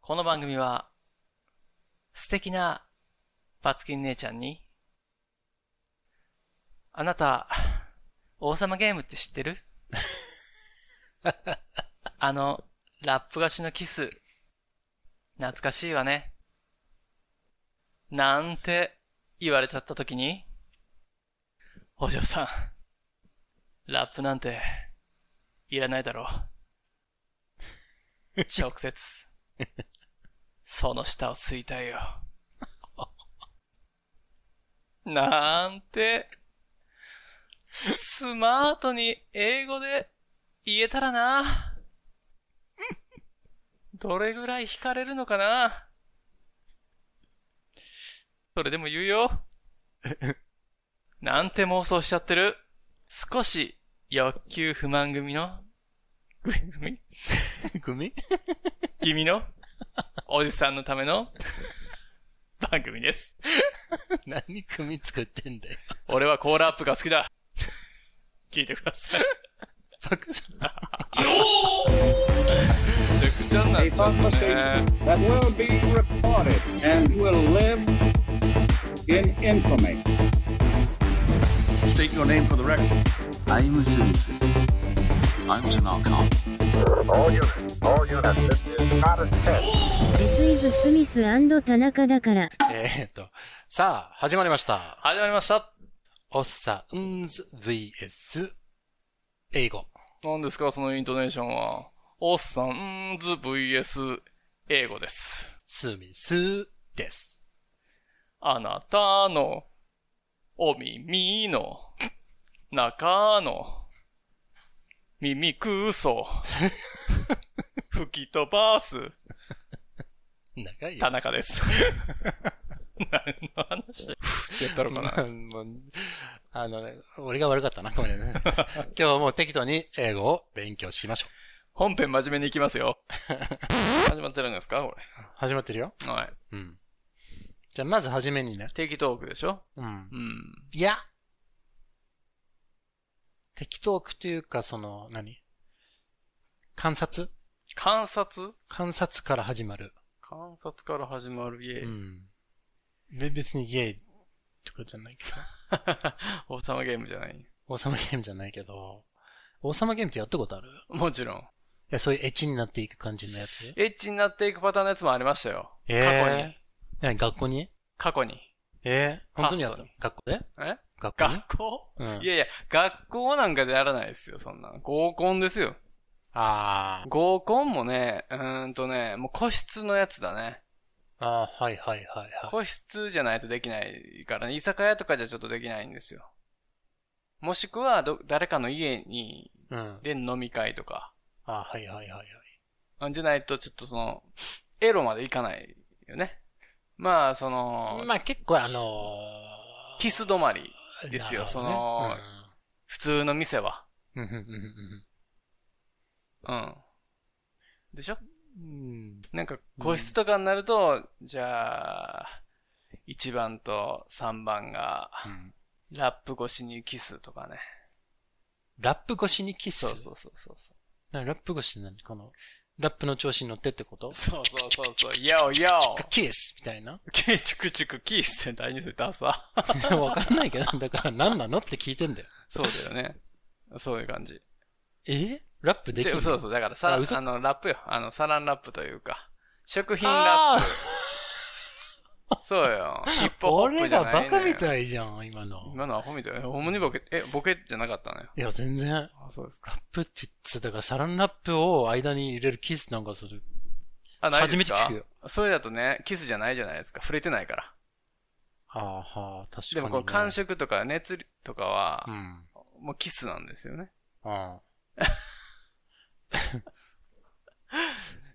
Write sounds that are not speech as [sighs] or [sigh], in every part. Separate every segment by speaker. Speaker 1: この番組は、素敵なパツキン姉ちゃんに、あなた、王様ゲームって知ってる [laughs] あの、ラップ菓子のキス、懐かしいわね。なんて言われちゃった時に、お嬢さん、ラップなんて、いらないだろう。直接、その舌を吸いたいよ。 [laughs] なんて、スマートに英語で言えたらな。どれぐらい惹かれるのかなそれでも言うよ。なんて妄想しちゃってる。少し欲求不満組の、組
Speaker 2: グミ
Speaker 1: 君のおじさんのための番組です。
Speaker 2: [laughs] 何組作ってんだよ。
Speaker 1: 俺はコーラアップが好きだ。聞いてください。
Speaker 2: 爆笑。
Speaker 1: めちゃくちゃになっ
Speaker 3: a
Speaker 1: ちゃった
Speaker 3: publication
Speaker 1: ね。
Speaker 3: that will be recorded and will live in infamy.
Speaker 4: State your name for the record.
Speaker 5: I'm Smith. I'm Tanaka.
Speaker 6: All units, all units, this is not a test.
Speaker 7: ジスイズ・スミス田中だから。
Speaker 2: [laughs] えーっと、さあ、始まりました。
Speaker 1: 始まりました。
Speaker 2: おっさんず VS 英語。
Speaker 1: 何ですか、そのイントネーションは。おっさんず VS 英語です。
Speaker 2: スミスです。
Speaker 1: あなたの、お耳の、中の、耳くそ、吹き飛ばす、
Speaker 2: 長い
Speaker 1: 田
Speaker 2: よ。
Speaker 1: 中です。 [laughs] 何の話やったのかな
Speaker 2: [laughs] もうあのね、俺が悪かったな、ごめん [laughs] ね。今日も適当に英語を勉強しましょ
Speaker 1: 本編真面目にいきますよ。始まってるんですかこ
Speaker 2: う。始まってるよ。
Speaker 1: れ。はい。
Speaker 2: うん。じゃあ、まずはじめにね。
Speaker 1: 定期トークでしょ
Speaker 2: うん。
Speaker 1: うん。
Speaker 2: いや。適当くというか、その、何観察
Speaker 1: 観察
Speaker 2: 観察から始まる。
Speaker 1: 観察から始まる家。
Speaker 2: うん。べ別にイエーイとかじゃないけど。
Speaker 1: [laughs]
Speaker 2: [laughs]
Speaker 1: 王様ゲームじゃない。
Speaker 2: 王様ゲームじゃないけど。王様ゲームってやったことあるい
Speaker 1: もちろん。
Speaker 2: や、そういうエッチになっていく感じのやつ。
Speaker 1: エッチになっていくパターンのやつもありましたよ。
Speaker 2: えー
Speaker 1: 過去に。
Speaker 2: 何学校に
Speaker 1: 過去に。
Speaker 2: ええ本当にやっ
Speaker 1: フ
Speaker 2: た
Speaker 1: ァー
Speaker 2: 学校で
Speaker 1: え
Speaker 2: 学校に
Speaker 1: 学校
Speaker 2: うん
Speaker 1: い。やいや、学校なんかでやらないですよ、そんな。合コンですよ。
Speaker 2: あー
Speaker 1: 合コンもね、うーんとね、もう個室のやつだね。
Speaker 2: あー、はいはいはいはい。
Speaker 1: 個室じゃないとできないから、ね、居酒屋とかじゃちょっとできないんですよ。もしくは、ど、誰かの家に、
Speaker 2: うん。あ
Speaker 1: で飲み会とか。
Speaker 2: ーはいはいはいはい。
Speaker 1: あじゃないと、ちょっとその、エロまでいかないよね。まあ、その、
Speaker 2: まあ結構あのー
Speaker 1: キス止まり。ですよ
Speaker 2: なるほ
Speaker 1: そ
Speaker 2: どね
Speaker 1: の普通の店は。
Speaker 2: うんうんうんうん
Speaker 1: うん。でしょ
Speaker 2: うん
Speaker 1: なんか、個室とかになると、じゃあ、1番と3番が、
Speaker 2: うん
Speaker 1: ラップ越しにキスとかね。
Speaker 2: ラップ越しにキス。
Speaker 1: そうそうそうそうそう。
Speaker 2: なラップ越しに何この、ラップの調子に乗ってってこと
Speaker 1: そうそうそうそう。ヨーヨー
Speaker 2: キスみたいな [laughs]
Speaker 1: ケイチュクチュクキスって何それダサ。
Speaker 2: わかんないけど、だから何なのって聞いてんだよ。
Speaker 1: そうだよね。そういう感じ。
Speaker 2: えラップでき
Speaker 1: じゃ
Speaker 2: る
Speaker 1: あそうそう。だからサラ
Speaker 2: あ
Speaker 1: ン、
Speaker 2: 嘘
Speaker 1: あの、ラップよ。あの、サランラップというか、食品ラ
Speaker 2: あ
Speaker 1: ップ。そうよ。ヒップ
Speaker 2: ー
Speaker 1: ホップ
Speaker 2: 俺
Speaker 1: じゃ
Speaker 2: ら
Speaker 1: ない
Speaker 2: バカみ
Speaker 1: い。
Speaker 2: たいじゃん、今の。
Speaker 1: 今のアホみたいな。ほんまにボケ、え、ボケじゃなかったのよ。
Speaker 2: いや、全然。ラ
Speaker 1: あ、そうですか。
Speaker 2: ップって言ってただから、サランラップを間に入れるキスなんかする。
Speaker 1: あ、ないですか
Speaker 2: 初めて聞くよ
Speaker 1: それだとね、キスじゃないじゃないですか。触れてないから。
Speaker 2: はあはあ、確かに、ね。
Speaker 1: でもこう、感触とか熱とかは
Speaker 2: う、ん。
Speaker 1: もうキスなんですよね。
Speaker 2: あ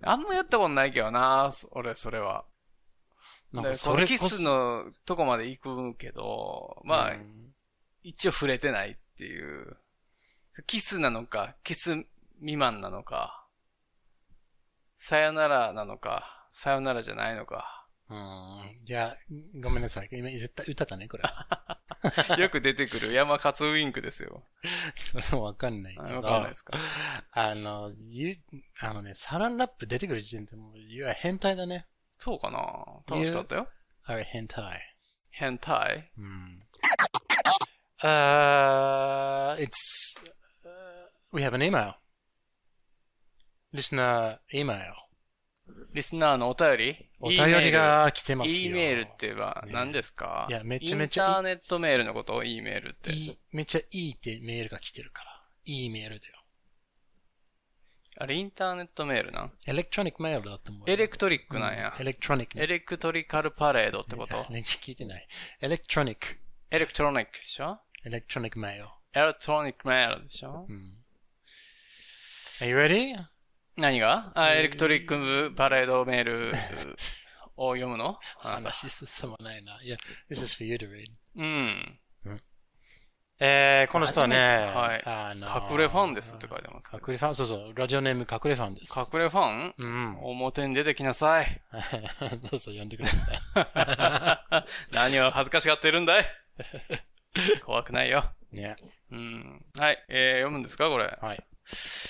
Speaker 1: あんまやったことないけどな、そ俺、それは。
Speaker 2: ーな
Speaker 1: だ
Speaker 2: ん
Speaker 1: かこ
Speaker 2: からそ
Speaker 1: の
Speaker 2: れ
Speaker 1: キ
Speaker 2: こそ
Speaker 1: ス、のとこまで行くけど、まあ、
Speaker 2: うん
Speaker 1: 一応触れてないっていう。キスなのか、キス未満
Speaker 2: [laughs]
Speaker 1: なのか、さよならなのか、さよならじゃないのか、
Speaker 2: うん。じゃあ、ごめんなさい。今、絶対歌ったね、これ。
Speaker 1: よく出てくる山勝ウインクですよ。
Speaker 2: [laughs] わかんないけ
Speaker 1: あ
Speaker 2: ど。
Speaker 1: わかんないですか。
Speaker 2: あの、ゆ、あのね、サランラップ出てくる時点でもう、いや、変態だね。
Speaker 1: そうかな楽しかったよ。
Speaker 2: あれ、変態。
Speaker 1: 変態
Speaker 2: うん。Uh, it's, uh, we have an email. Listener email.
Speaker 1: リスナーのお便り
Speaker 2: お便りが来て
Speaker 1: E
Speaker 2: ま
Speaker 1: メ
Speaker 2: すよ。
Speaker 1: ール E メールっ。てば
Speaker 2: ね
Speaker 1: 何ですか
Speaker 2: いやめちゃめちゃ
Speaker 1: インターネットメールのことを E メールって。
Speaker 2: いいめっちゃいいってメールが来てるから。いいメールだよ。
Speaker 1: あれインターネットメールなん
Speaker 2: エレクトロニックメールだと思うよ。
Speaker 1: エレクトリックなんや
Speaker 2: う。エレクトロニックね
Speaker 1: エレクトリカルパレードってこと
Speaker 2: ね、聞いてない。エレクトロニック。
Speaker 1: エレクトロニックでしょ
Speaker 2: エレクトロニックメール。
Speaker 1: エレクトロニックメールでしょ
Speaker 2: うん。Are you ready?
Speaker 1: 何があ、エレクトリックパレードメールを読むのあ
Speaker 2: 話進まないな。いや、this is for you to read.
Speaker 1: うん。
Speaker 2: えー、この人はね、
Speaker 1: はい
Speaker 2: あの
Speaker 1: 隠れファンですって書いてますけ
Speaker 2: 隠
Speaker 1: ど。
Speaker 2: れファン、そうそう、ラジオネーム隠れファンです。
Speaker 1: 隠れファン
Speaker 2: [laughs] うん。
Speaker 1: 表に出てきなさい。
Speaker 2: どうぞ呼んでくださ
Speaker 1: [laughs]
Speaker 2: い。
Speaker 1: 何を恥ずかしがってるんだい [laughs] 怖くないよ。
Speaker 2: ね。
Speaker 1: うん。はい。えー読むんですかこれ。
Speaker 2: はい。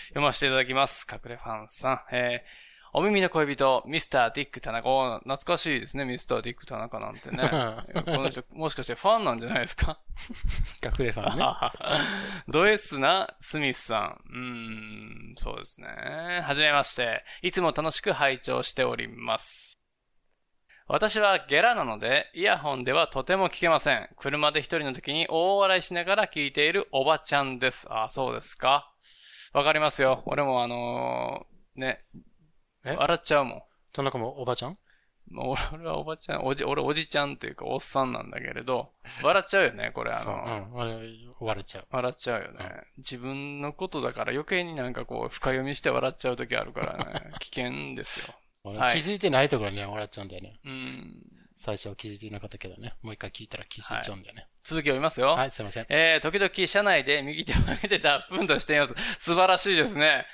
Speaker 1: 読ませていただきます。隠れファンさん。えーお耳の恋人、ミスター・ディック・田中。お懐かしいですね、ミスター・ディック・田中なんてね。この人、もしかしてファンなんじゃないですか
Speaker 2: 隠れフ [laughs] ァンね。
Speaker 1: ド S なスミスさん。うーん、そうですね。はじめまして。いつも楽しく拝聴しております。私はゲラなので、イヤホンではとても聞けません。車で一人の時に大笑いしながら聞いているおばちゃんです。あ、そうですか。わかりますよ。俺もあのーね、
Speaker 2: え
Speaker 1: 笑っちゃうもん。
Speaker 2: 田中もおばちゃん
Speaker 1: まあ、俺俺はおばちゃん、おじ、俺おじちゃんっていうかおっさんなんだけれど、笑っちゃうよね、これあの
Speaker 2: そう。うん。あれ、終われちゃう。
Speaker 1: 笑っちゃうよね、自分のことだから余計になんかこう、深読みして笑っちゃう時あるからね。危険ですよ。
Speaker 2: 俺
Speaker 1: はい
Speaker 2: 気づいてないところに笑っちゃうんだよね。
Speaker 1: うん。
Speaker 2: 最初は気づいてなかったけどね。もう一回聞いたら気づいちゃうんだよね。
Speaker 1: 続き読みますよ。
Speaker 2: はい、すいません。
Speaker 1: えー、時々車内で右手を上げてダップンとしています。素晴らしいですね。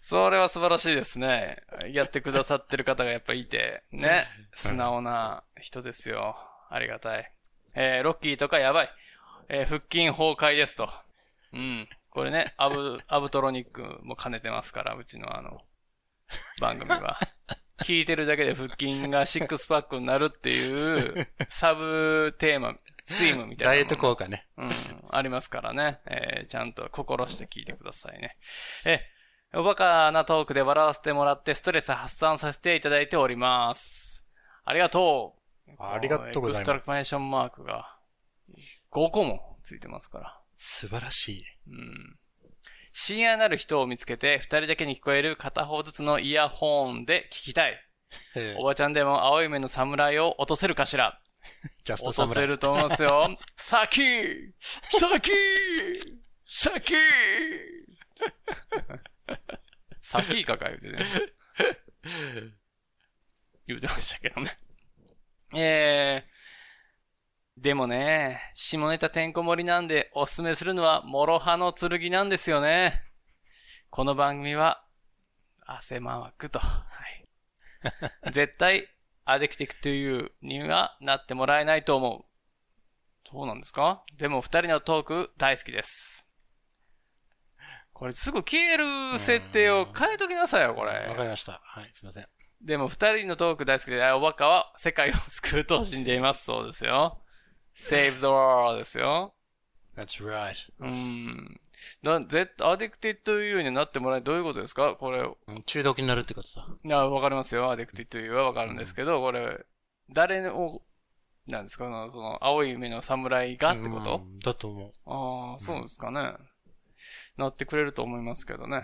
Speaker 1: それは素晴らしいですね。やってくださってる方がやっぱいて、ね。素直な人ですよ。ありがたい。えー、ロッキーとかやばい。えー、腹筋崩壊ですと。うん。これね、アブ、 [laughs] アブトロニックも兼ねてますから、うちのあの、番組は。聞いてるだけで腹筋がシックスパックになるっていう、サブテーマ、スイムみたいなもの。
Speaker 2: ダイエット効果ね。
Speaker 1: うん、ありますからね。えーちゃんと心して聞いてくださいね。え、おバカなトークで笑わせてもらってストレス発散させていただいております。ありがとう
Speaker 2: ありがとうござい
Speaker 1: エクス
Speaker 2: ます
Speaker 1: トラクマネーションマークが5個もついてますから。
Speaker 2: 素晴らしい。
Speaker 1: うん。親愛なる人を見つけて、二人だけに聞こえる片方ずつのイヤホンで聞きたい。
Speaker 2: えー
Speaker 1: おばちゃんでも青い目の侍を落とせるかしら
Speaker 2: ジャスト
Speaker 1: 落と
Speaker 2: サムラ
Speaker 1: せ
Speaker 2: イ。
Speaker 1: ると思います
Speaker 2: [laughs]
Speaker 1: よ。先先先先かか言うてね。言うてましたけどね。えー、でもね、下ネタてんこ盛りなんでおすすめするのは諸刃の剣なんですよね。この番組は汗まわくと。
Speaker 2: [laughs]
Speaker 1: はい、絶対アディクティクというにはなってもらえないと思う。そうなんですかでも二人のトーク大好きです。これすぐ消える設定を変えときなさいよ、これ。
Speaker 2: わかりました。はい、すいません。
Speaker 1: でも二人のトーク大好きで、あおバカは世界を救うと信じています。そうですよ。save the world ですよ。
Speaker 2: That's right.
Speaker 1: うーん。な、ぜ、アディクティッドユーになってもらえ、どういうことですかこれ、
Speaker 2: うん中毒になるってことだ。
Speaker 1: な、わかりますよ。アディクティッドユーはわかるんですけど、これ、誰を、なんですかその、その、青い目の侍がってこと、
Speaker 2: うんだと思う。
Speaker 1: ああ、そうですかね。なってくれると思いますけどね。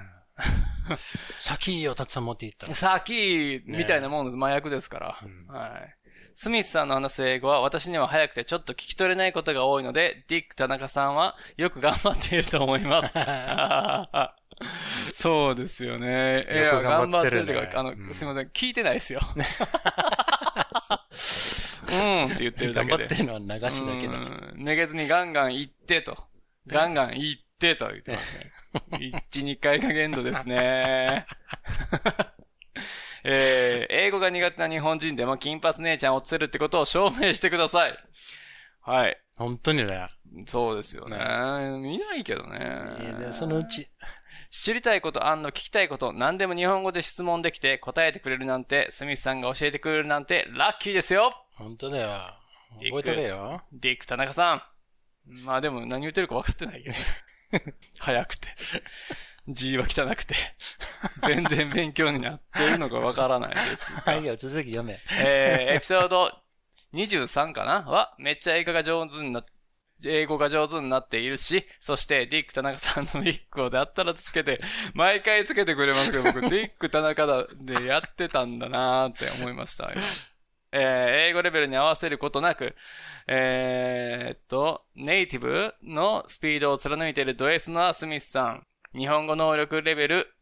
Speaker 2: 先をたくさん持っていったら。
Speaker 1: 先みたいなもんです。麻薬ですから、
Speaker 2: う
Speaker 1: はい。スミスさんの話す英語は私には早くてちょっと聞き取れないことが多いので、ディック田中さんはよく頑張っていると思い
Speaker 2: [laughs]
Speaker 1: ます。そうですよね。い
Speaker 2: よ
Speaker 1: や、
Speaker 2: く
Speaker 1: 頑張
Speaker 2: 頑張
Speaker 1: っ
Speaker 2: ってて
Speaker 1: る
Speaker 2: るね
Speaker 1: っていうか、あの、
Speaker 2: うん
Speaker 1: すみません、聞いてない
Speaker 2: [laughs]
Speaker 1: ですよ。うんって言ってるだ
Speaker 2: 頑
Speaker 1: けで。
Speaker 2: 張ってるのは流しだけだ。
Speaker 1: うんめげずにガンガン行ってと。ガンガン行ってと言ってますね。1、2回が限度ですね。 [laughs] えー、英語が苦手な日本人でも金髪姉ちゃんを釣るってことを証明してください。はい。
Speaker 2: 本当にね。
Speaker 1: そうですよね。見ないけど
Speaker 2: いい
Speaker 1: ね。
Speaker 2: ねそのうち。
Speaker 1: 知りたいこと、あんの聞きたいこと、何でも日本語で質問できて答えてくれるなんて、スミスさんが教えてくれるなんて、ラッキーですよ
Speaker 2: 本当だよ。覚えとれよ。
Speaker 1: ディック田中さん。まあでも何言ってるか分かってないけど。 [laughs] 早くて。字は汚くて。全然勉強になってるのか分からないです。
Speaker 2: はい、よ、続き読め。
Speaker 1: えー、エピソード23かなは、めっちゃ英語が上手になっ英語が上手になっているし、そして、ディック・田中さんのウィッグをであったらつけて、毎回つけてくれますけど、僕、ディック・田中だ、でやってたんだなーって思いました。えー英語レベルに合わせることなく、えーっと、ネイティブのスピードを貫いているド S のアスミスさん。日本語能力レベル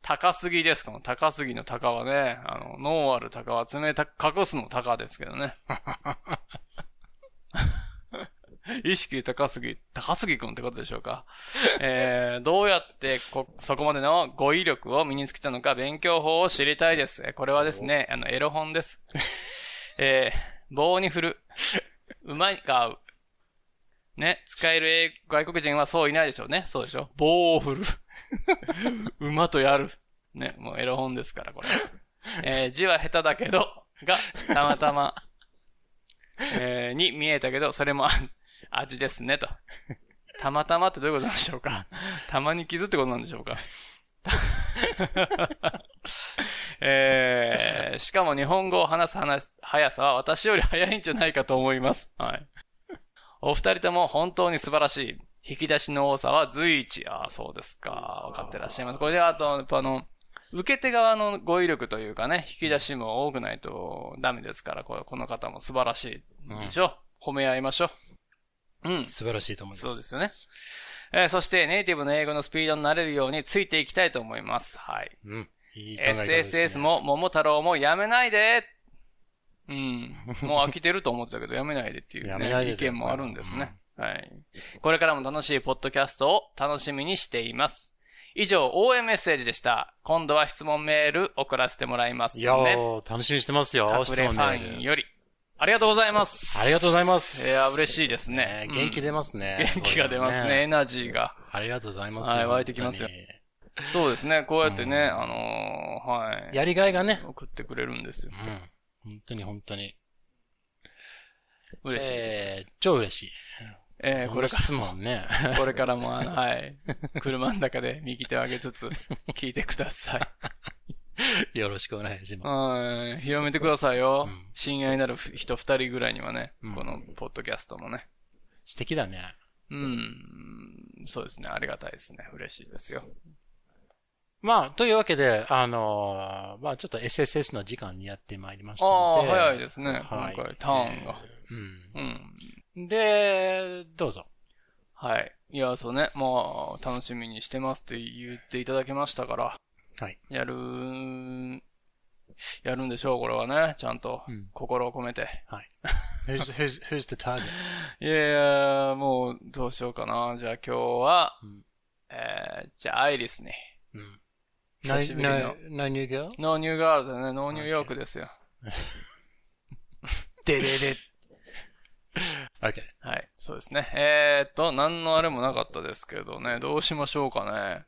Speaker 1: 高すぎです。この高すぎの高はね、あの、脳ある高は冷たく隠すの高ですけどね。 [laughs] 意識高すぎ、高すぎくんってことでしょうか。えー、どうやってこ、そこまでの語彙力を身につけたのか勉強法を知りたいです。えーこれはですね、あの、エロ本です。えー、棒に振る。馬に買う。ね、使える英外国人はそういないでしょうね。そうでしょ棒を振る。馬とやる。ね、もうエロ本ですから、これ。えー字は下手だけど、が、たまたま、えーに見えたけど、それもあ味ですね、と。たまたまってどういうことなんでしょうかたまに傷ってことなんでしょうかたえーしかも日本語を話す話す速さは私より速いんじゃないかと思います。はい。お二人とも本当に素晴らしい。引き出しの多さは随一。ああ、そうですか。分かってらっしゃいます。これで、あと、やっぱあの、受け手側の語彙力というかね、引き出しも多くないとダメですから、これこの方も素晴らしいでしょ。褒め合いましょう。うん。
Speaker 2: 素晴らしいと思います。
Speaker 1: そうですよね。えーそして、ネイティブの英語のスピードになれるようについていきたいと思います。はい。
Speaker 2: うん。いい考え方です、ね。
Speaker 1: SSS。も桃太郎もやめないで
Speaker 2: [laughs]
Speaker 1: うん。もう飽きてると思ってたけど、やめないでっていう、ね、
Speaker 2: やめないで
Speaker 1: 意見もあるんですね、はい。これからも楽しいポッドキャストを楽しみにしています。以上、応援メッセージでした。今度は質問メール送らせてもらいます
Speaker 2: いや
Speaker 1: ね。
Speaker 2: ー、楽しみにしてますよ。
Speaker 1: タクレファインより。ありがとうございます。
Speaker 2: ありがとうございます。
Speaker 1: いやー、嬉しいですね。
Speaker 2: えー元気出
Speaker 1: ま
Speaker 2: ますね。
Speaker 1: [laughs] 元気が出ますね。エナジーが。
Speaker 2: ありがとうございます。
Speaker 1: はい湧いてきますよ
Speaker 2: 本
Speaker 1: そうですね。こうやってね、
Speaker 2: うん
Speaker 1: あのーは
Speaker 2: 当
Speaker 1: い。
Speaker 2: にやりがいがね。
Speaker 1: 送ってくれるんですよ
Speaker 2: うん。。本当に本当に。
Speaker 1: 嬉しい。
Speaker 2: えー、超嬉しい。
Speaker 1: えーこ
Speaker 2: こ
Speaker 1: れ
Speaker 2: れ
Speaker 1: か
Speaker 2: 質問ね。 [laughs]
Speaker 1: ら、これからも、 [laughs] あの、はい。車の中で右手を上げつつ、聞いてください。 [laughs]
Speaker 2: よろしくお願いします。
Speaker 1: はい。広めてくださいよ。
Speaker 2: うん
Speaker 1: 親愛なる人二人ぐらいにはね、
Speaker 2: うん
Speaker 1: このポッドキャストもね。
Speaker 2: 素敵だね。
Speaker 1: うん。そうですね。ありがたいですね。嬉しいですよ。
Speaker 2: まあ、というわけで、あのーまあ、ちょっと SSS の時間にやってまいりまし
Speaker 1: あ
Speaker 2: たの
Speaker 1: あ、
Speaker 2: で。
Speaker 1: 早いですね。
Speaker 2: はい
Speaker 1: 今回、ターンが。うん。
Speaker 2: うん。で、どうぞ。
Speaker 1: はい。いや、そうね。まあ、楽しみにしてますって言っていただけましたから。
Speaker 2: はい。
Speaker 1: やるー、やるんでしょう、これはね。ちゃんと
Speaker 2: うん、
Speaker 1: 心を込めて。
Speaker 2: Who's, who's, who's the target?
Speaker 1: いやいや、もう、どうしようかな。じゃあ今日は、
Speaker 2: うん
Speaker 1: えー、じゃあアイリスに。
Speaker 2: うん。
Speaker 1: 久しぶりの
Speaker 2: No, no, no new girl?
Speaker 1: ノーニューガールズだね。ノーニューヨークですよ。ででで。
Speaker 2: Okay.
Speaker 1: はい。そうですね。えーっと、何のあれもなかったですけどね。どうしましょうかね。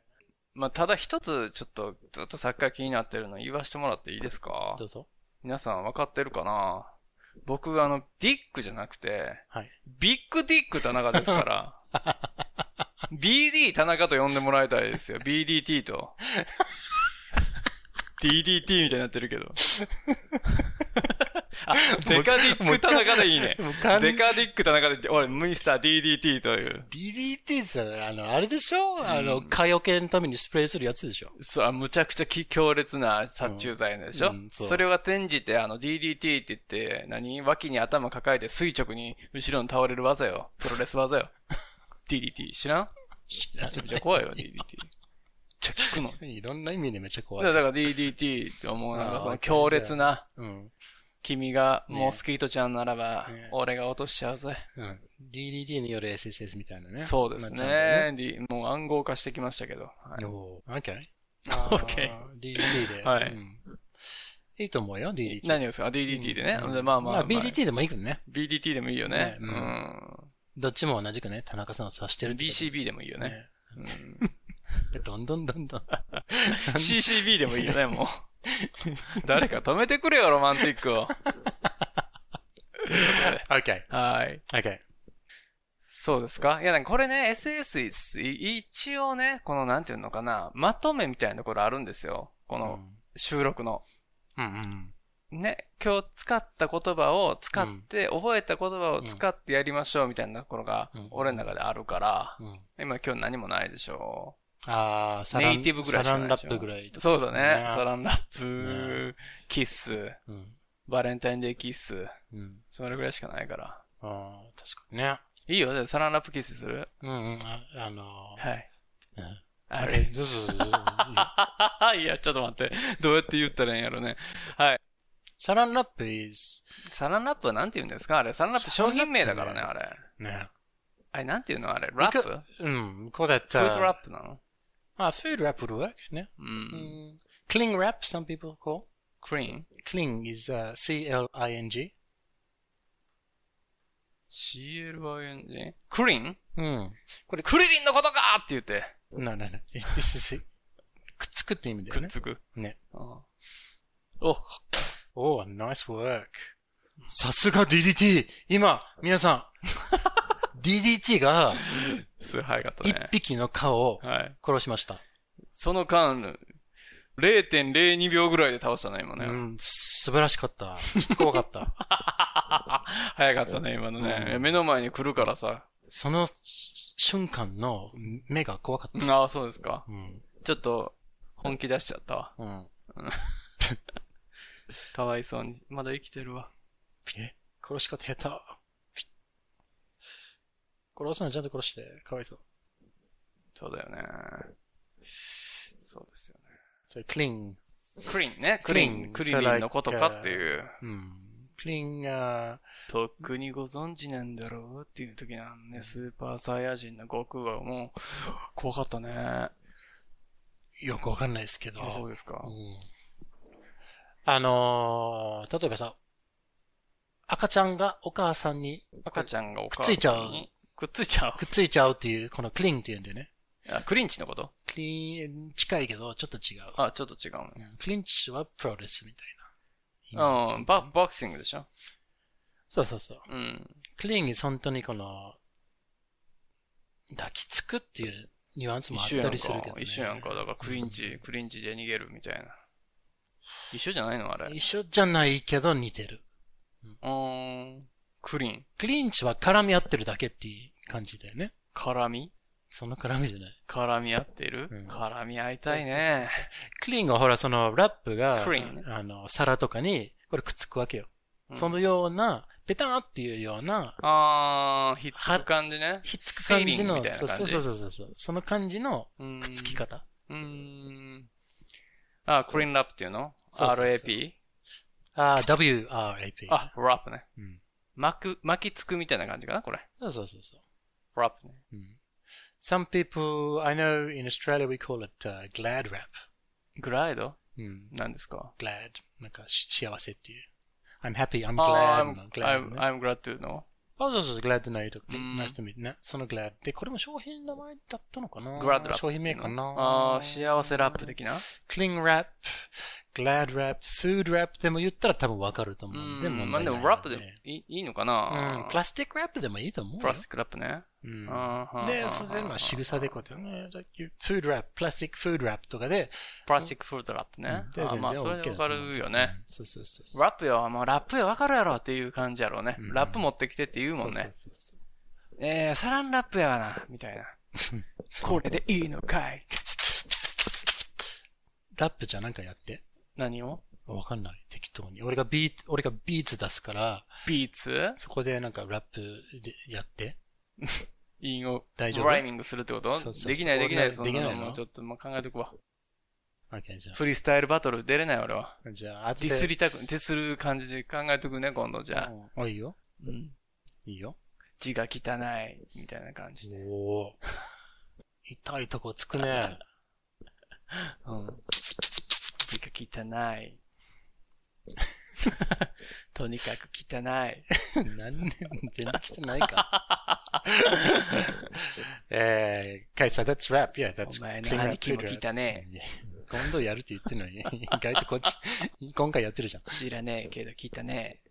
Speaker 1: まあ、ただ一つ、ちょっと、ずっとサッカー気になってるの言わせてもらっていいですか
Speaker 2: どうぞ。
Speaker 1: 皆さん分かってるかな僕、あの、ディックじゃなくて、
Speaker 2: はい
Speaker 1: ビッグディック田中ですから、BD 田中と呼んでもらいたいですよ。BDT と。DDT みたいになってるけど。あ、デカディック田中でいいね。
Speaker 2: もう完
Speaker 1: デカディック田中で、俺、ミスター DDT という。
Speaker 2: DDT って言ったら、あの、あれでしょあの、蚊よけのためにスプレーするやつでしょ
Speaker 1: そう、むちゃくちゃき強烈な殺虫剤でしょ、
Speaker 2: うんうん
Speaker 1: そ
Speaker 2: そう
Speaker 1: れが転じて、あの、DDT って言って、何脇に頭抱えて垂直に後ろに倒れる技よ。プロレス技
Speaker 2: [laughs]
Speaker 1: よ。DDT 知らん
Speaker 2: 知ら
Speaker 1: めちゃめちゃ怖い
Speaker 2: [laughs]
Speaker 1: よ、DDT。めっちゃ効くの。だ
Speaker 2: ない。いろんな意味でめっちゃ怖
Speaker 1: か
Speaker 2: い。
Speaker 1: らだから DDT って思う、なんかそ
Speaker 2: あ
Speaker 1: の
Speaker 2: ー
Speaker 1: 強烈な、
Speaker 2: うん。
Speaker 1: 君がもう
Speaker 2: ね
Speaker 1: スキートちゃんならば
Speaker 2: ね、
Speaker 1: 俺が落としちゃうぜ。
Speaker 2: うん。DDT による SSS みたいなね。
Speaker 1: そうです
Speaker 2: なっちゃ
Speaker 1: ね D- もう暗号化してきましたけど。はい
Speaker 2: うんだよね。おー
Speaker 1: [laughs]
Speaker 2: OK。
Speaker 1: OK
Speaker 2: DDT で。
Speaker 1: はい
Speaker 2: うんいいと思うよ、DDT。
Speaker 1: 何をですか ?DDT でね。
Speaker 2: うん
Speaker 1: でまあまあ。
Speaker 2: まあ、BDT でもいいけどね。
Speaker 1: BDT でもいいよね
Speaker 2: ね。
Speaker 1: う
Speaker 2: うん
Speaker 1: ん。
Speaker 2: どっちも同じくね、田中さんを察してるってこと。
Speaker 1: BCB でもいいよね。
Speaker 2: でどんどんどんどん。
Speaker 1: CCB でもいいよ
Speaker 2: [laughs]
Speaker 1: ね、もう。誰か止めてくれよ、ロマンティックを。
Speaker 2: OK。
Speaker 1: はい。
Speaker 2: OK。
Speaker 1: そうですかいや、なんかこれね、SS、い一応ね、このなんていうのかな、まとめみたいなところあるんですよ。こ
Speaker 2: うん。う
Speaker 1: の収録の。
Speaker 2: んうん。
Speaker 1: ね、今日使った言葉を使って、覚えた言葉を使ってやりましょうみたいなところが
Speaker 2: うん、
Speaker 1: 俺の中であるから、
Speaker 2: うん。
Speaker 1: 今今日何もないでしょ
Speaker 2: ああ、サラン、
Speaker 1: ネイティブぐらいし
Speaker 2: サ
Speaker 1: かな
Speaker 2: ラ
Speaker 1: いで
Speaker 2: ンラ
Speaker 1: しょ
Speaker 2: ップぐらいと
Speaker 1: う。
Speaker 2: か。
Speaker 1: そうだね
Speaker 2: ね。
Speaker 1: サランラップ、キッス、
Speaker 2: うん。
Speaker 1: バレンタインデーキッス、
Speaker 2: うん。
Speaker 1: それぐらいしかないから。
Speaker 2: ああ、確かにね。
Speaker 1: いいよ、じゃあサランラップキッスする
Speaker 2: うんうん。ああのー、
Speaker 1: はい。
Speaker 2: うん
Speaker 1: あ
Speaker 2: あ
Speaker 1: れ [laughs]
Speaker 2: れ、ずずずず。
Speaker 1: いや、ちょっと待って。どうやって言ったらいいんやろね。
Speaker 2: サランラップ is,
Speaker 1: サランラップはなんて言うんですかあれ、サランラップ商品名だからね、あれ。
Speaker 2: ね。
Speaker 1: あれ、なんて言うのあれ、ラップフ
Speaker 2: うん。こうだった。
Speaker 1: ードラップなの
Speaker 2: Ah, food wrap would work, yeah.
Speaker 1: う
Speaker 2: Mm.
Speaker 1: ん。
Speaker 2: Cling wrap, some people call.
Speaker 1: クリーン
Speaker 2: Cling is uh, C L I N G.
Speaker 1: ?CLING? クリーン
Speaker 2: Mm.
Speaker 1: クリリンのことかって言って、
Speaker 2: No, [laughs] no, no. This is it. くっつくって意味だ
Speaker 1: く
Speaker 2: よ
Speaker 1: っ
Speaker 2: ね。
Speaker 1: つく。
Speaker 2: ね。
Speaker 1: ああお、
Speaker 2: Oh, nice work. さすが DDT! 今、皆さん、DDT [laughs] が
Speaker 1: すごい早かった
Speaker 2: 一
Speaker 1: ね。
Speaker 2: 匹の蚊を
Speaker 1: はい。
Speaker 2: 殺しました。
Speaker 1: その間、0.02秒ぐらいで倒したね、今
Speaker 2: う
Speaker 1: ね。
Speaker 2: ん、素晴らしかった。ちょっと怖かった。 [laughs]
Speaker 1: [laughs] 早かったね、今のね。
Speaker 2: うん
Speaker 1: 目の前に来るからさ。
Speaker 2: その瞬間の目が怖かった。
Speaker 1: ああ、そうですか。
Speaker 2: うん、
Speaker 1: ちょっと、本気出しちゃったわ。
Speaker 2: うん。
Speaker 1: かわいそうに。まだ生きてるわ。
Speaker 2: 殺し方下手。殺すのちゃんと殺して。かわいそう。
Speaker 1: そうだよね。そうですよね。
Speaker 2: それ、cling.
Speaker 1: クリーンね。ク
Speaker 2: ク
Speaker 1: リ
Speaker 2: リ
Speaker 1: ー
Speaker 2: ー
Speaker 1: ン、
Speaker 2: ン
Speaker 1: クリリンのことかっていう。
Speaker 2: うん。cling, uh,
Speaker 1: とっくにご存知なんだろうっていう時なんで、スーパーサイヤ人の悟空はもう、怖かったね。
Speaker 2: よくわかんないですけど。
Speaker 1: あ、そうですか
Speaker 2: う。んあのー、例えばさ、赤ちゃんがお母さんに
Speaker 1: 赤ちゃんがお
Speaker 2: く
Speaker 1: 母
Speaker 2: っ
Speaker 1: さん
Speaker 2: ついちゃう
Speaker 1: に。くっついちゃう。
Speaker 2: くっついちゃうっていう、このクリンっていうんだよね。
Speaker 1: あクリンチのこと
Speaker 2: クリン、近いけどちょっと違う。
Speaker 1: あ、ちょっと違うね
Speaker 2: うんクリンチはプロレスみたいな。
Speaker 1: うん、バボクシングでしょ
Speaker 2: そうそうそう。
Speaker 1: うん。
Speaker 2: クリンに本当にこの、抱きつくっていうニュアンスもあっ
Speaker 1: 一緒や
Speaker 2: た
Speaker 1: んか
Speaker 2: りするけど、。ね。
Speaker 1: 一緒やんか。だからクリンチ、クリンチで逃げるみたいな。一緒じゃないのあれ。う
Speaker 2: 一緒じゃないけど似てる。
Speaker 1: ーん。クリン。
Speaker 2: クリンチは絡み合ってるだけっていう感じだよね。
Speaker 1: 絡み
Speaker 2: そんな絡みじゃない。
Speaker 1: 絡み合ってる、
Speaker 2: うん
Speaker 1: 絡み合いたいね。
Speaker 2: クリーンがほら、そのラップが、
Speaker 1: クリーンね
Speaker 2: あの、皿とかに、これくっつくわけよ。
Speaker 1: うん
Speaker 2: そのような、ペタンっていうような、
Speaker 1: あー、ひっつく感じね。
Speaker 2: ひっつく感じ
Speaker 1: セーリングみ
Speaker 2: の、
Speaker 1: たいな
Speaker 2: そう
Speaker 1: 感じ。
Speaker 2: そうそうそうそう、その感じの
Speaker 1: うん
Speaker 2: くっつき。方。
Speaker 1: うーん。あ、クリーンラップっていうの
Speaker 2: そうそうそう
Speaker 1: ?RAP?
Speaker 2: ああ、WRAP。
Speaker 1: あ、ラップね。
Speaker 2: うん
Speaker 1: 巻く、巻きつくみたいな感じかなこれ。
Speaker 2: そうそうそうそう。
Speaker 1: ラップね。
Speaker 2: うん、Some people, I know in Australia we call it、uh, glad rap.
Speaker 1: グライド
Speaker 2: うん、
Speaker 1: なんですか
Speaker 2: glad. uh, なんかし幸せっていう。I'm happy, I'm
Speaker 1: あ
Speaker 2: glad.
Speaker 1: ー
Speaker 2: glad
Speaker 1: Oh, I'm,
Speaker 2: ね
Speaker 1: I'm, I'm glad to know.
Speaker 2: あ、そうそうそう、glad to know you とか、
Speaker 1: うん
Speaker 2: nice to meet you ね。その glad。で、これも商品の名前だったのかな
Speaker 1: グラッドラップ。
Speaker 2: 商品名かな
Speaker 1: あー、幸せラップ的な
Speaker 2: cling wrap, glad wrap, food wrap でも言ったら多分わかると思
Speaker 1: う
Speaker 2: うん
Speaker 1: ん。
Speaker 2: で。
Speaker 1: まあ
Speaker 2: 問題
Speaker 1: で
Speaker 2: な
Speaker 1: も
Speaker 2: いよね
Speaker 1: ラップでもいいいいのかな
Speaker 2: うん。プラスティックラップでもいいと思うよ。
Speaker 1: プラスチックラップね。
Speaker 2: うん
Speaker 1: あーはーはー
Speaker 2: で、
Speaker 1: はー
Speaker 2: それでまあ仕草でこうやってね、food wrap, プラスティック food wrap とかで、
Speaker 1: プラスチックフルトラップね。
Speaker 2: で
Speaker 1: あまあ、それでわかるよね。。
Speaker 2: 全然 OK だと思ううんそうそうそうそう。
Speaker 1: ラップよ、まあ、ラップよ、わかるやろっていう感じやろうね。
Speaker 2: うん
Speaker 1: ラップ持ってきてって言うもん
Speaker 2: そう
Speaker 1: ね。
Speaker 2: そうそう
Speaker 1: えー、サランラップやがな、みたいな。これでいいのかい
Speaker 2: ラップじゃなんかやって。
Speaker 1: 何を
Speaker 2: わかんない。適当に。俺がビート、俺がビーツ出すから、
Speaker 1: ビーツ
Speaker 2: そこでなんかラップでやって。
Speaker 1: 韻を
Speaker 2: 大丈夫
Speaker 1: ライミングするってこと
Speaker 2: そうそうそう
Speaker 1: できないできない、そん
Speaker 2: でき
Speaker 1: な
Speaker 2: ない
Speaker 1: の
Speaker 2: の
Speaker 1: もうちょっともう考えておくわ。
Speaker 2: OK じゃ
Speaker 1: フリースタイルバトル出れない俺は。
Speaker 2: あ。じゃあ、後
Speaker 1: デ
Speaker 2: で。
Speaker 1: ィスりたく、ディスる感じで考えておくね、今度じゃあ。
Speaker 2: うん。あ、いいよ。
Speaker 1: うん。
Speaker 2: いいよ。
Speaker 1: 字が汚い、みたいな感じで。
Speaker 2: おお。痛いとこつ
Speaker 1: [laughs]
Speaker 2: くね。
Speaker 1: うん。字が汚い。 [laughs] とにかく汚い。
Speaker 2: 何年、全然来てないか。 [laughs] えー、カイさん、that's rap. Yeah, that's
Speaker 1: お前の
Speaker 2: clean rap,
Speaker 1: 兄貴も
Speaker 2: good rap.
Speaker 1: 聞いたね
Speaker 2: いや今度やるって言ってんのに、意外とこっち、今回やってるじゃん。
Speaker 1: 知らねえけど聞いたね。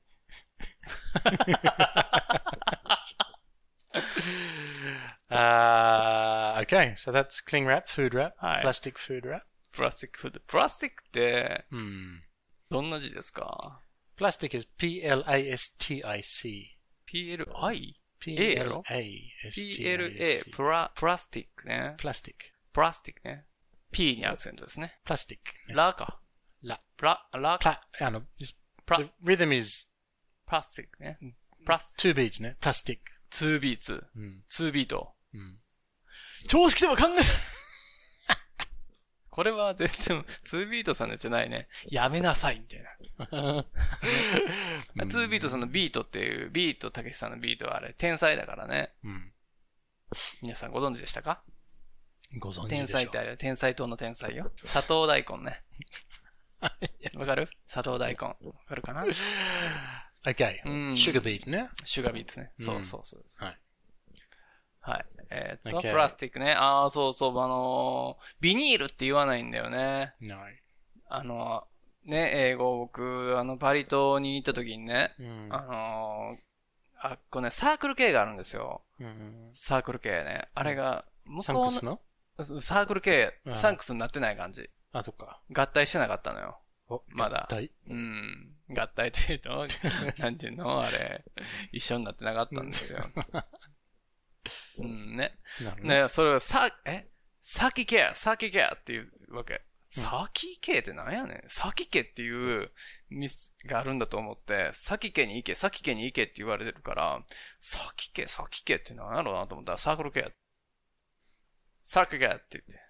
Speaker 2: あー、okay, Uh, so that's cling wrap, food wrap,
Speaker 1: はい
Speaker 2: plastic food wrap.
Speaker 1: プラスティックフード。プラスティックって、
Speaker 2: うん。
Speaker 1: どんな字ですか
Speaker 2: plastic is P-L-A-S-T-I-C.
Speaker 1: ?PLI? A-L？PLA、
Speaker 2: P-L-A-S-T-I-C.
Speaker 1: プラ、プラスティックね。
Speaker 2: plastic,
Speaker 1: プラスティックね。P にアクセントですね。
Speaker 2: plastic.
Speaker 1: ラか。
Speaker 2: ラ。
Speaker 1: プラ、ラか。
Speaker 2: Pla- あの、this-
Speaker 1: プラ
Speaker 2: the rhythm is
Speaker 1: プラスティックね。プラス、
Speaker 2: two beats ね。plastic.
Speaker 1: 2ビーツ。
Speaker 2: うん。
Speaker 1: 2ビート。
Speaker 2: うん
Speaker 1: 常識で
Speaker 2: [laughs]
Speaker 1: も考え、これは全然、2ビートさんのやつじゃないね。やめなさい、みたいな。2ビートさんのビートっていう、ビートたけしさんのビートはあれ、天才だからね。
Speaker 2: うん。
Speaker 1: 皆さんご存知でしたか
Speaker 2: ご存知
Speaker 1: 天
Speaker 2: でしょ
Speaker 1: 才ってあれ、天才党の天才よ。砂糖大根
Speaker 2: [laughs]
Speaker 1: ね。わかる砂糖大根。わかるかな
Speaker 2: [sighs] Okay.
Speaker 1: うん
Speaker 2: Sugar beet ね。
Speaker 1: シュガービーツね。そううんそうそうそう。
Speaker 2: はい。
Speaker 1: はい。えーっと、
Speaker 2: Okay
Speaker 1: プラスティックね。ああ、そうそう、あのービニールって言わないんだよね。
Speaker 2: No.
Speaker 1: あのーね、英語、僕、あの、バリ島に行った時にね、
Speaker 2: うん
Speaker 1: あのーあ、こうね、サークル系があるんですよ。
Speaker 2: うん
Speaker 1: サークル系ね。あれが、向
Speaker 2: サ
Speaker 1: こ
Speaker 2: ンク
Speaker 1: う
Speaker 2: スの
Speaker 1: の、サークル系
Speaker 2: う、ん
Speaker 1: サンクスになってない感じ。
Speaker 2: あ、そっか。
Speaker 1: 合体してなかったのよ。
Speaker 2: お
Speaker 1: まだ
Speaker 2: 合体
Speaker 1: うん。合体というと、なんていうのあれ、一緒になってなかったんです
Speaker 2: [laughs]
Speaker 1: よ。うんね。
Speaker 2: なるほどね。
Speaker 1: ね、それはさ、えサキケア、サキケアっていうわけ。サキケってなんやねん。サキケっていうミスがあるんだと思って、サキケに行け、サキケに行けって言われてるから、サキケ、サキケってなんやろうなと思ったら、サークルケア。サークルケアって言って。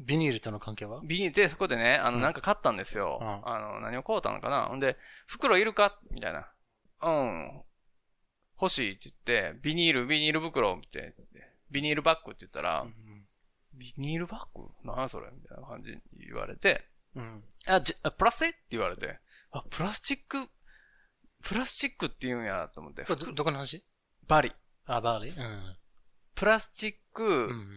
Speaker 2: ビニールとの関係は
Speaker 1: ビニールで、そこでね、あの、
Speaker 2: うん
Speaker 1: なんか買ったんですよ。
Speaker 2: うん
Speaker 1: あの、何を買うたのかなほんで、袋いるかみたいな。うん。欲しいって言って、ビニール、ビニール袋って言って、ビニールバッグって言ったら、
Speaker 2: うん
Speaker 1: ビニールバッグなんやそれみたいな感じに言われて、
Speaker 2: うん。
Speaker 1: あ、じゃ、あプラスチックって言われて、あ、プラスチック、プラスチックって言うんやと思って、
Speaker 2: これど、どこの話
Speaker 1: バリ。
Speaker 2: あ、バーリー。
Speaker 1: プラスチック、
Speaker 2: うん。うん。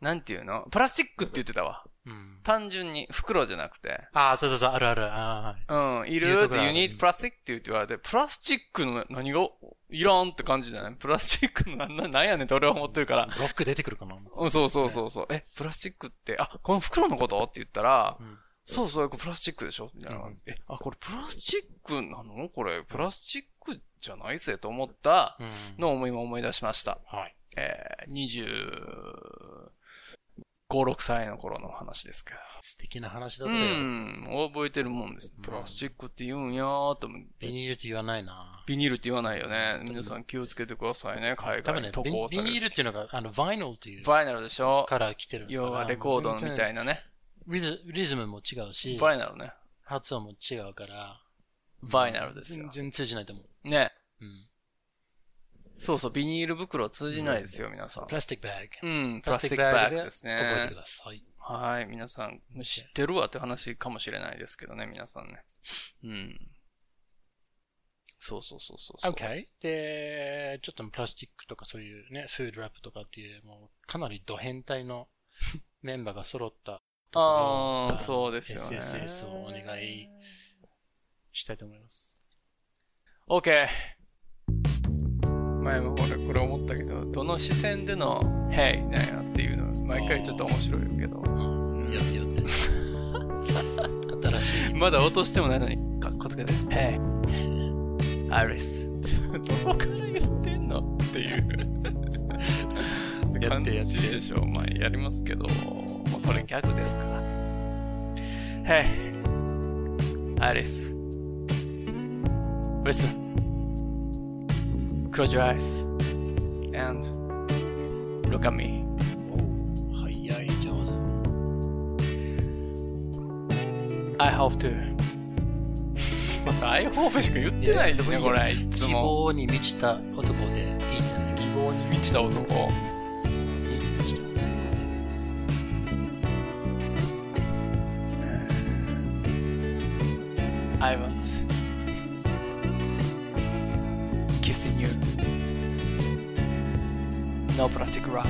Speaker 1: なんていうのプラスチックって言ってたわ。
Speaker 2: うん。
Speaker 1: 単純に、袋じゃなくて。
Speaker 2: あ、そうそうそう、あるある。あー
Speaker 1: うん、いる
Speaker 2: 言う
Speaker 1: っ
Speaker 2: と
Speaker 1: て
Speaker 2: こある
Speaker 1: You need plastic って言って言われて、プラスチックの何がいらんって感じじゃないプラスチックの何なんやねんって俺は思ってるから。
Speaker 2: ブロック出てくるかな
Speaker 1: うん、そうそうそうそう。え、プラスチックって、あ、この袋のことって言ったら、
Speaker 2: ん
Speaker 1: そうそう、これプラスチックでしょみたいな、
Speaker 2: うん
Speaker 1: え、あ、これプラスチックなのこれ、プラスチックじゃないぜと思った
Speaker 2: うん。
Speaker 1: のを今思い出しました。
Speaker 2: はい。
Speaker 1: えー、25、6歳の頃の話ですけど。
Speaker 2: 素敵な話だ
Speaker 1: う
Speaker 2: ったよ。
Speaker 1: ん、覚えてるもんです。プラスチックって言うんやーと思って。
Speaker 2: ビニールって言わないな。
Speaker 1: ビニールって言わないよね。皆さん気をつけてくださいね。海
Speaker 2: 多
Speaker 1: 外
Speaker 2: 分ね
Speaker 1: に渡、
Speaker 2: ビ
Speaker 1: 航さ
Speaker 2: ビニ
Speaker 1: れ
Speaker 2: ー
Speaker 1: る。
Speaker 2: ルっていうのが、あの、vinyl っていう
Speaker 1: バイナルでしょ
Speaker 2: から来てるから。
Speaker 1: 要はレコードみた
Speaker 2: い。
Speaker 1: いなね。
Speaker 2: リズリズムも違うし、
Speaker 1: バイナルね。
Speaker 2: 発音も違うから、
Speaker 1: バイナルですよ
Speaker 2: 全。然通じないと思う。
Speaker 1: ね。
Speaker 2: うん。
Speaker 1: そうそう、ビニール袋通じないですよ、皆さん
Speaker 2: プ。ラスティックバッグ。
Speaker 1: うん、プラスティックバッグです
Speaker 2: 覚えて
Speaker 1: ね
Speaker 2: く。ださい。
Speaker 1: はい、皆さん、知ってるわって話かもしれないですけどね、皆さんね。うん。そうそうそうそうそう。
Speaker 2: OK。で、ちょっとプラスチックとかそういうね、フードラップとかっていう、もうかなりド変態のメンバーが揃ったところを。
Speaker 1: あーそうですよね
Speaker 2: SSS をお願いしたいと思います。
Speaker 1: OK。前も俺これ思ったけど、どの視線での「Hey」なんやっていうの毎回ちょっと面白いけど、
Speaker 2: うん。やってやって。新しい。
Speaker 1: まだ落としてもないのに、かっこつけて「Hey」「アイリス」 [laughs] どこから言ってんのって [laughs] いう
Speaker 2: や
Speaker 1: 感
Speaker 2: ってやって
Speaker 1: じでしょ。まあやりますけど、まあ、これギャグですから。Hey, Alice. Listen. Close your eyes and look at me.
Speaker 2: おう早い、上手。
Speaker 1: I hope to. [laughs] また I hope しか言ってないですね、これ。 [laughs] いつ
Speaker 2: 希
Speaker 1: も。
Speaker 2: 望に満 [laughs] ちた男でいいんじゃない希望に
Speaker 1: 満ちた男。
Speaker 2: 満ちた男で。
Speaker 1: I want kissing you. No plastic wrap.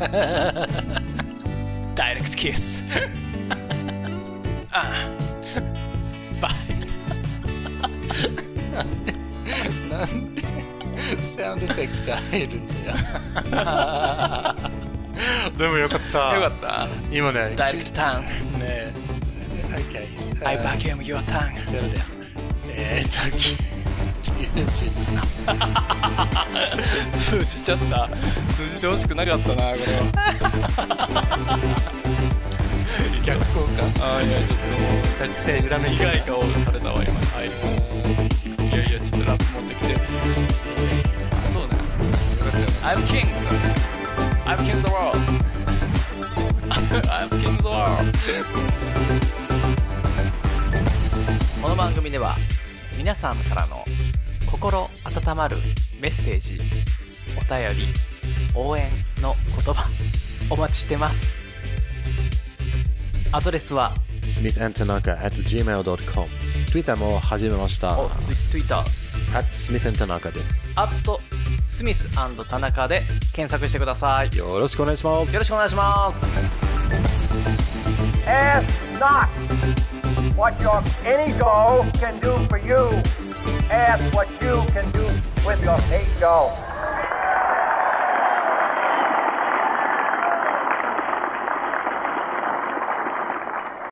Speaker 1: [laughs] Direct kiss. [laughs] ah. Bye.
Speaker 2: なんで、サウンドエフェクト入るんだよ。で [laughs] もよかった。
Speaker 1: よかっ
Speaker 2: 今ね
Speaker 1: た。、Direct tongue.
Speaker 2: ねえ、OK。
Speaker 1: I vacuum your tongue.
Speaker 2: それで、えーっと、き
Speaker 1: 通じちゃった。通じてほしくなかったな、これは。逆効果ああ、いや、ちょっともう。
Speaker 2: 学生裏目
Speaker 1: 意外顔されたわ今あいついやいやちょっとラップ持ってきてあそうだよ I'm king I'm king of the world
Speaker 4: [laughs]
Speaker 1: I'm king of the world
Speaker 4: この番組では皆さんからの心温まるメッセージお便り応援の言葉お待ちしてますアドレスは
Speaker 8: smithandtanaka at gmail.com ツイッターも始めました
Speaker 4: お Twitter
Speaker 8: at smithandtanaka です
Speaker 4: アットスミス田中で検索してくださいよ
Speaker 8: よろしくお願いします
Speaker 4: ろしくお願いします
Speaker 6: Ask not what your any doll can do for you. Ask what you can do with your eight doll.